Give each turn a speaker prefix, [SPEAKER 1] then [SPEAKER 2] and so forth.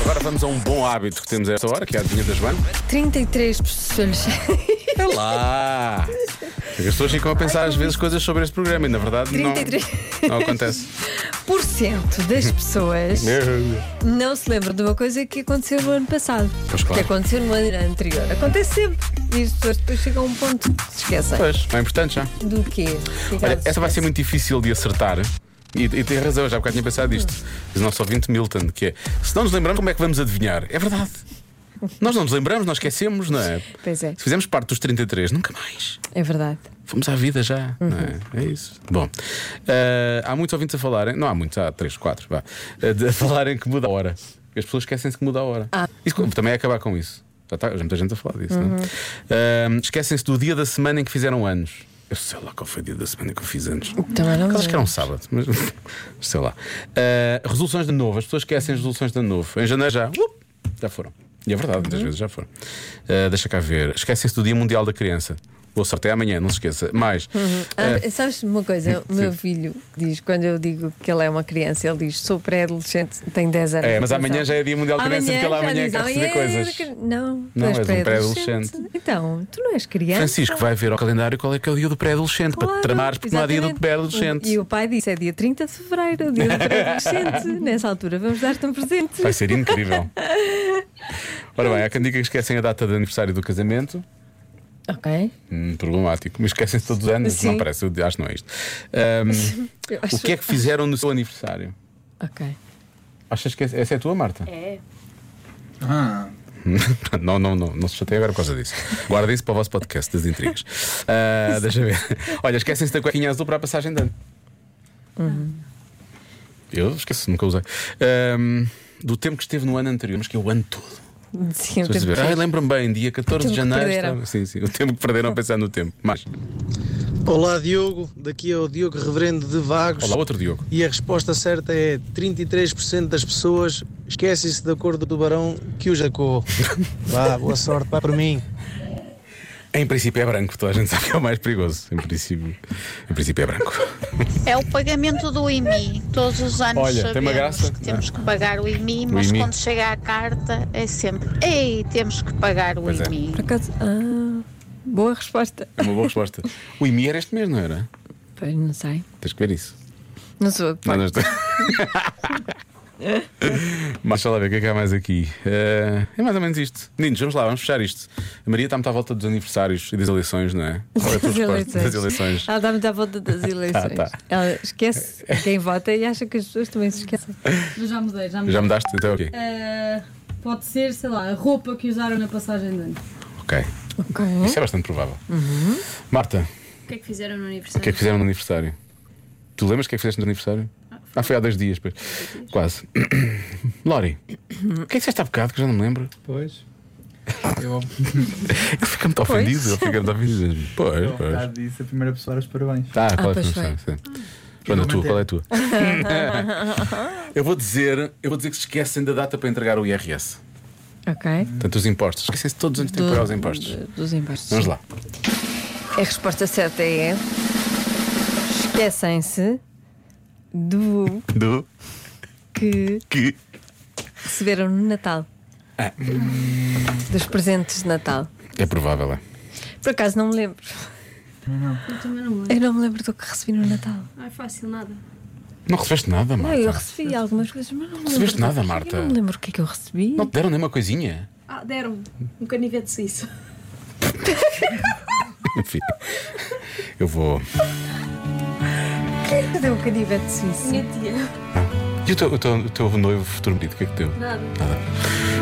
[SPEAKER 1] agora vamos a um bom hábito que temos a esta hora, que é a adivinha da Joana.
[SPEAKER 2] 33 pessoas.
[SPEAKER 1] É lá! É As pessoas ficam a pensar às vezes coisas sobre este programa e na verdade não,
[SPEAKER 2] 33.
[SPEAKER 1] não acontece.
[SPEAKER 2] Por cento das pessoas não se lembram de uma coisa que aconteceu no ano passado.
[SPEAKER 1] Pois claro.
[SPEAKER 2] Que aconteceu no ano anterior. Acontece sempre. E as pessoas depois chegam a um ponto que se esquecem.
[SPEAKER 1] Pois, não é importante já.
[SPEAKER 2] Do quê? assim.
[SPEAKER 1] Olha, essa vai ser muito difícil de acertar. E, e tem razão, já há bocado tinha pensado disto. Diz o nosso ouvinte Milton, que é: se não nos lembramos, como é que vamos adivinhar? É verdade. Nós não nos lembramos, nós esquecemos, não é?
[SPEAKER 2] Pois é.
[SPEAKER 1] Se fizermos parte dos 33, nunca mais.
[SPEAKER 2] É verdade.
[SPEAKER 1] Fomos à vida já, não é? É isso. Bom, eh, há muitos ouvintes a falarem, não há muitos, há três, quatro, vá, eh, de- a falarem que muda a hora. As pessoas esquecem-se que muda a hora.
[SPEAKER 2] Ah.
[SPEAKER 1] Isso co- também é acabar com isso. Já está, já muita gente a falar disso, não é? Eh, esquecem-se do dia da semana em que fizeram anos. Eu sei lá qual foi o dia da semana que eu fiz anos.
[SPEAKER 2] Também não
[SPEAKER 1] Acho que era um
[SPEAKER 2] lembro.
[SPEAKER 1] sábado, mas sei lá. Eh, resoluções de ano novo, as pessoas esquecem as resoluções de ano novo. Em janeiro já, uh, já foram. E é verdade,
[SPEAKER 2] Uhum.
[SPEAKER 1] muitas vezes já foram. Eh, deixa cá ver. Esquecem-se do Dia Mundial da Criança. Boa sorte, é amanhã, não se esqueça. Mais.
[SPEAKER 2] Ah,
[SPEAKER 1] eh,
[SPEAKER 2] sabes uma coisa? O meu filho diz, quando eu digo que ele é uma criança, ele diz: sou pré-adolescente, tenho 10 anos.
[SPEAKER 1] É, mas amanhã já é dia mundial da criança, porque ele amanhã
[SPEAKER 2] diz,
[SPEAKER 1] quer receber
[SPEAKER 2] "Amanhã é
[SPEAKER 1] coisas."
[SPEAKER 2] que- Não, tu
[SPEAKER 1] Não,
[SPEAKER 2] és,
[SPEAKER 1] és um
[SPEAKER 2] pré-adolescente.
[SPEAKER 1] pré-adolescente.
[SPEAKER 2] então, tu não és criança.
[SPEAKER 1] Francisco vai ver ao calendário qual é que é o dia do pré-adolescente para te
[SPEAKER 2] Claro,
[SPEAKER 1] tramares, porque não há dia do
[SPEAKER 2] exatamente.
[SPEAKER 1] pré-adolescente.
[SPEAKER 2] E o pai disse: é dia 30 de fevereiro, dia do pré-adolescente. Nessa altura, vamos dar-te um presente.
[SPEAKER 1] Vai ser incrível. Ora bem, há quem diga que esquecem a data de aniversário do casamento.
[SPEAKER 2] Ok.
[SPEAKER 1] Hum, problemático. Mas esquecem-se todos os anos,
[SPEAKER 2] Sim.
[SPEAKER 1] não parece, eu acho que não é isto. Ahm,
[SPEAKER 2] Eu
[SPEAKER 1] o que é que fizeram no seu aniversário?
[SPEAKER 2] Ok.
[SPEAKER 1] Achas que essa é a tua, Marta?
[SPEAKER 3] É.
[SPEAKER 4] Ah.
[SPEAKER 1] Não, não, não, não se chateia agora por causa disso. Guarda isso para o vosso podcast das intrigas. Ah, deixa ver. Olha, esquecem-se da cuequinha azul para a passagem de ano.
[SPEAKER 2] Uhum.
[SPEAKER 1] Eu esqueci, nunca usei. Ahm, do tempo que esteve no ano anterior, mas que é o ano todo.
[SPEAKER 2] Sim, eu
[SPEAKER 1] Vocês
[SPEAKER 2] tenho-
[SPEAKER 1] verem. Ah, lembro-me bem, dia 14
[SPEAKER 2] O
[SPEAKER 1] de
[SPEAKER 2] tempo que
[SPEAKER 1] janeiro.
[SPEAKER 2] perderam.
[SPEAKER 1] estava- Sim, sim, o tempo que perderam a pensar no tempo. Mas,
[SPEAKER 4] Olá Diogo, daqui é o Diogo Reverendo de Vagos
[SPEAKER 1] olá, outro Diogo.
[SPEAKER 4] e a resposta certa é 33% das pessoas esquecem-se da cor do tubarão que os jacou. Vá, boa sorte, para mim.
[SPEAKER 1] Em princípio é branco, toda a gente sabe que é o mais perigoso. Em princípio, em princípio é branco.
[SPEAKER 3] É o pagamento do IMI. Todos os anos
[SPEAKER 1] Olha, tem uma
[SPEAKER 3] sabemos
[SPEAKER 1] graça,
[SPEAKER 3] que temos que pagar o IMI,
[SPEAKER 1] O
[SPEAKER 3] mas
[SPEAKER 1] IMI.
[SPEAKER 3] quando chega à carta é sempre Ei, temos que pagar o
[SPEAKER 1] Pois é.
[SPEAKER 3] IMI.
[SPEAKER 2] Por acaso. Ah, boa resposta.
[SPEAKER 1] É uma boa resposta. O IMI era este mês, não era?
[SPEAKER 2] Pois não sei.
[SPEAKER 1] Tens que ver isso.
[SPEAKER 2] Não sou eu que
[SPEAKER 1] Não, não estou. Mas deixa lá ver o que é que há mais aqui. Eh, é mais ou menos isto. Meninos, vamos lá, vamos fechar isto. A Maria está muito à volta dos aniversários e das eleições, não é? Qual é a tua
[SPEAKER 2] Das
[SPEAKER 1] resposta? Das eleições.
[SPEAKER 2] Ela dá muita volta das eleições.
[SPEAKER 1] tá.
[SPEAKER 2] Ela esquece quem vota e acha que as pessoas também se esquecem.
[SPEAKER 5] Mas já mudei, já mudei.
[SPEAKER 1] Já me daste? Então, ok.
[SPEAKER 5] Ah, pode ser, sei lá, a roupa que usaram na passagem de ano.
[SPEAKER 1] Ok.
[SPEAKER 2] Ok.
[SPEAKER 1] Isso é bastante provável. Marta,
[SPEAKER 5] O que é que fizeram no
[SPEAKER 1] o
[SPEAKER 5] aniversário?
[SPEAKER 1] que é que fizeram no aniversário? Tu lembras o que é que fizeste no aniversário? Ah, foi há dois dias, pois. Quase. Lori, o que é que disseste há bocado que eu já não me lembro?
[SPEAKER 6] Pois. Eu
[SPEAKER 1] É que fica muito
[SPEAKER 2] Pois.
[SPEAKER 1] ofendido. Ele fica muito ofendido. Pois,
[SPEAKER 6] ao
[SPEAKER 1] pois.
[SPEAKER 6] bocado disse a primeira pessoa era os parabéns.
[SPEAKER 1] Tá, qual é a tua
[SPEAKER 2] pois
[SPEAKER 1] versão? Sim. Joana, tu, qual é a tua? eu, vou dizer, eu vou dizer que se esquecem da data para entregar o IRS.
[SPEAKER 2] Ok.
[SPEAKER 1] Portanto, os impostos. Esquecem-se todos antes de
[SPEAKER 2] Do-
[SPEAKER 1] pagar é os impostos. Hum?
[SPEAKER 2] Dos impostos.
[SPEAKER 1] Vamos lá.
[SPEAKER 2] A resposta certa é. Esquecem-se do
[SPEAKER 1] Do
[SPEAKER 2] que
[SPEAKER 1] que?
[SPEAKER 2] receberam no Natal.
[SPEAKER 1] Ah.
[SPEAKER 2] Dos presentes de Natal.
[SPEAKER 1] É provável, é.
[SPEAKER 2] Por acaso não me lembro.
[SPEAKER 5] Eu também não me lembro.
[SPEAKER 2] Eu não me lembro do que recebi no Natal.
[SPEAKER 5] Ah, é fácil, nada.
[SPEAKER 1] Não recebeste nada,
[SPEAKER 2] Não,
[SPEAKER 1] Marta.
[SPEAKER 2] eu recebi algumas coisas, mas não me lembro.
[SPEAKER 1] Recebeste
[SPEAKER 2] do-
[SPEAKER 1] nada,
[SPEAKER 2] Eu
[SPEAKER 1] Marta.
[SPEAKER 2] Não me lembro o que é que eu recebi.
[SPEAKER 1] Não te deram nenhuma coisinha.
[SPEAKER 5] Ah, deram-me um canivete suíço.
[SPEAKER 1] Enfim. Eu vou.
[SPEAKER 2] Eu dei um canivete suíço.
[SPEAKER 5] Minha tia.
[SPEAKER 1] Ah, E o teu, o teu, o teu noivo futuro marido, o que é que deu?
[SPEAKER 5] Nada.
[SPEAKER 1] Nada. Vamos